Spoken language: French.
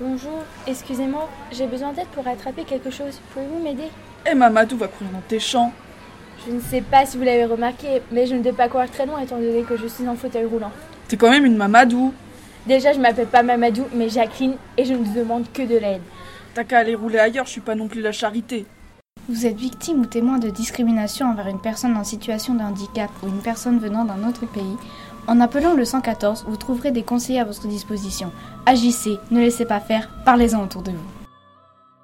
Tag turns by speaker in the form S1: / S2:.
S1: Bonjour, excusez-moi, j'ai besoin d'aide pour attraper quelque chose. Pouvez-vous m'aider
S2: Eh, Mamadou va courir dans tes champs.
S1: Je ne sais pas si vous l'avez remarqué, mais je ne peux pas courir très loin étant donné que je suis en fauteuil roulant.
S2: T'es quand même une Mamadou.
S1: Déjà, je m'appelle pas Mamadou, mais Jacqueline, et je ne demande que de l'aide.
S2: T'as qu'à aller rouler ailleurs, je suis pas non plus la charité.
S3: Vous êtes victime ou témoin de discrimination envers une personne en situation de handicap ou une personne venant d'un autre pays. En appelant le 114, vous trouverez des conseillers à votre disposition. Agissez, ne laissez pas faire, parlez-en autour de vous.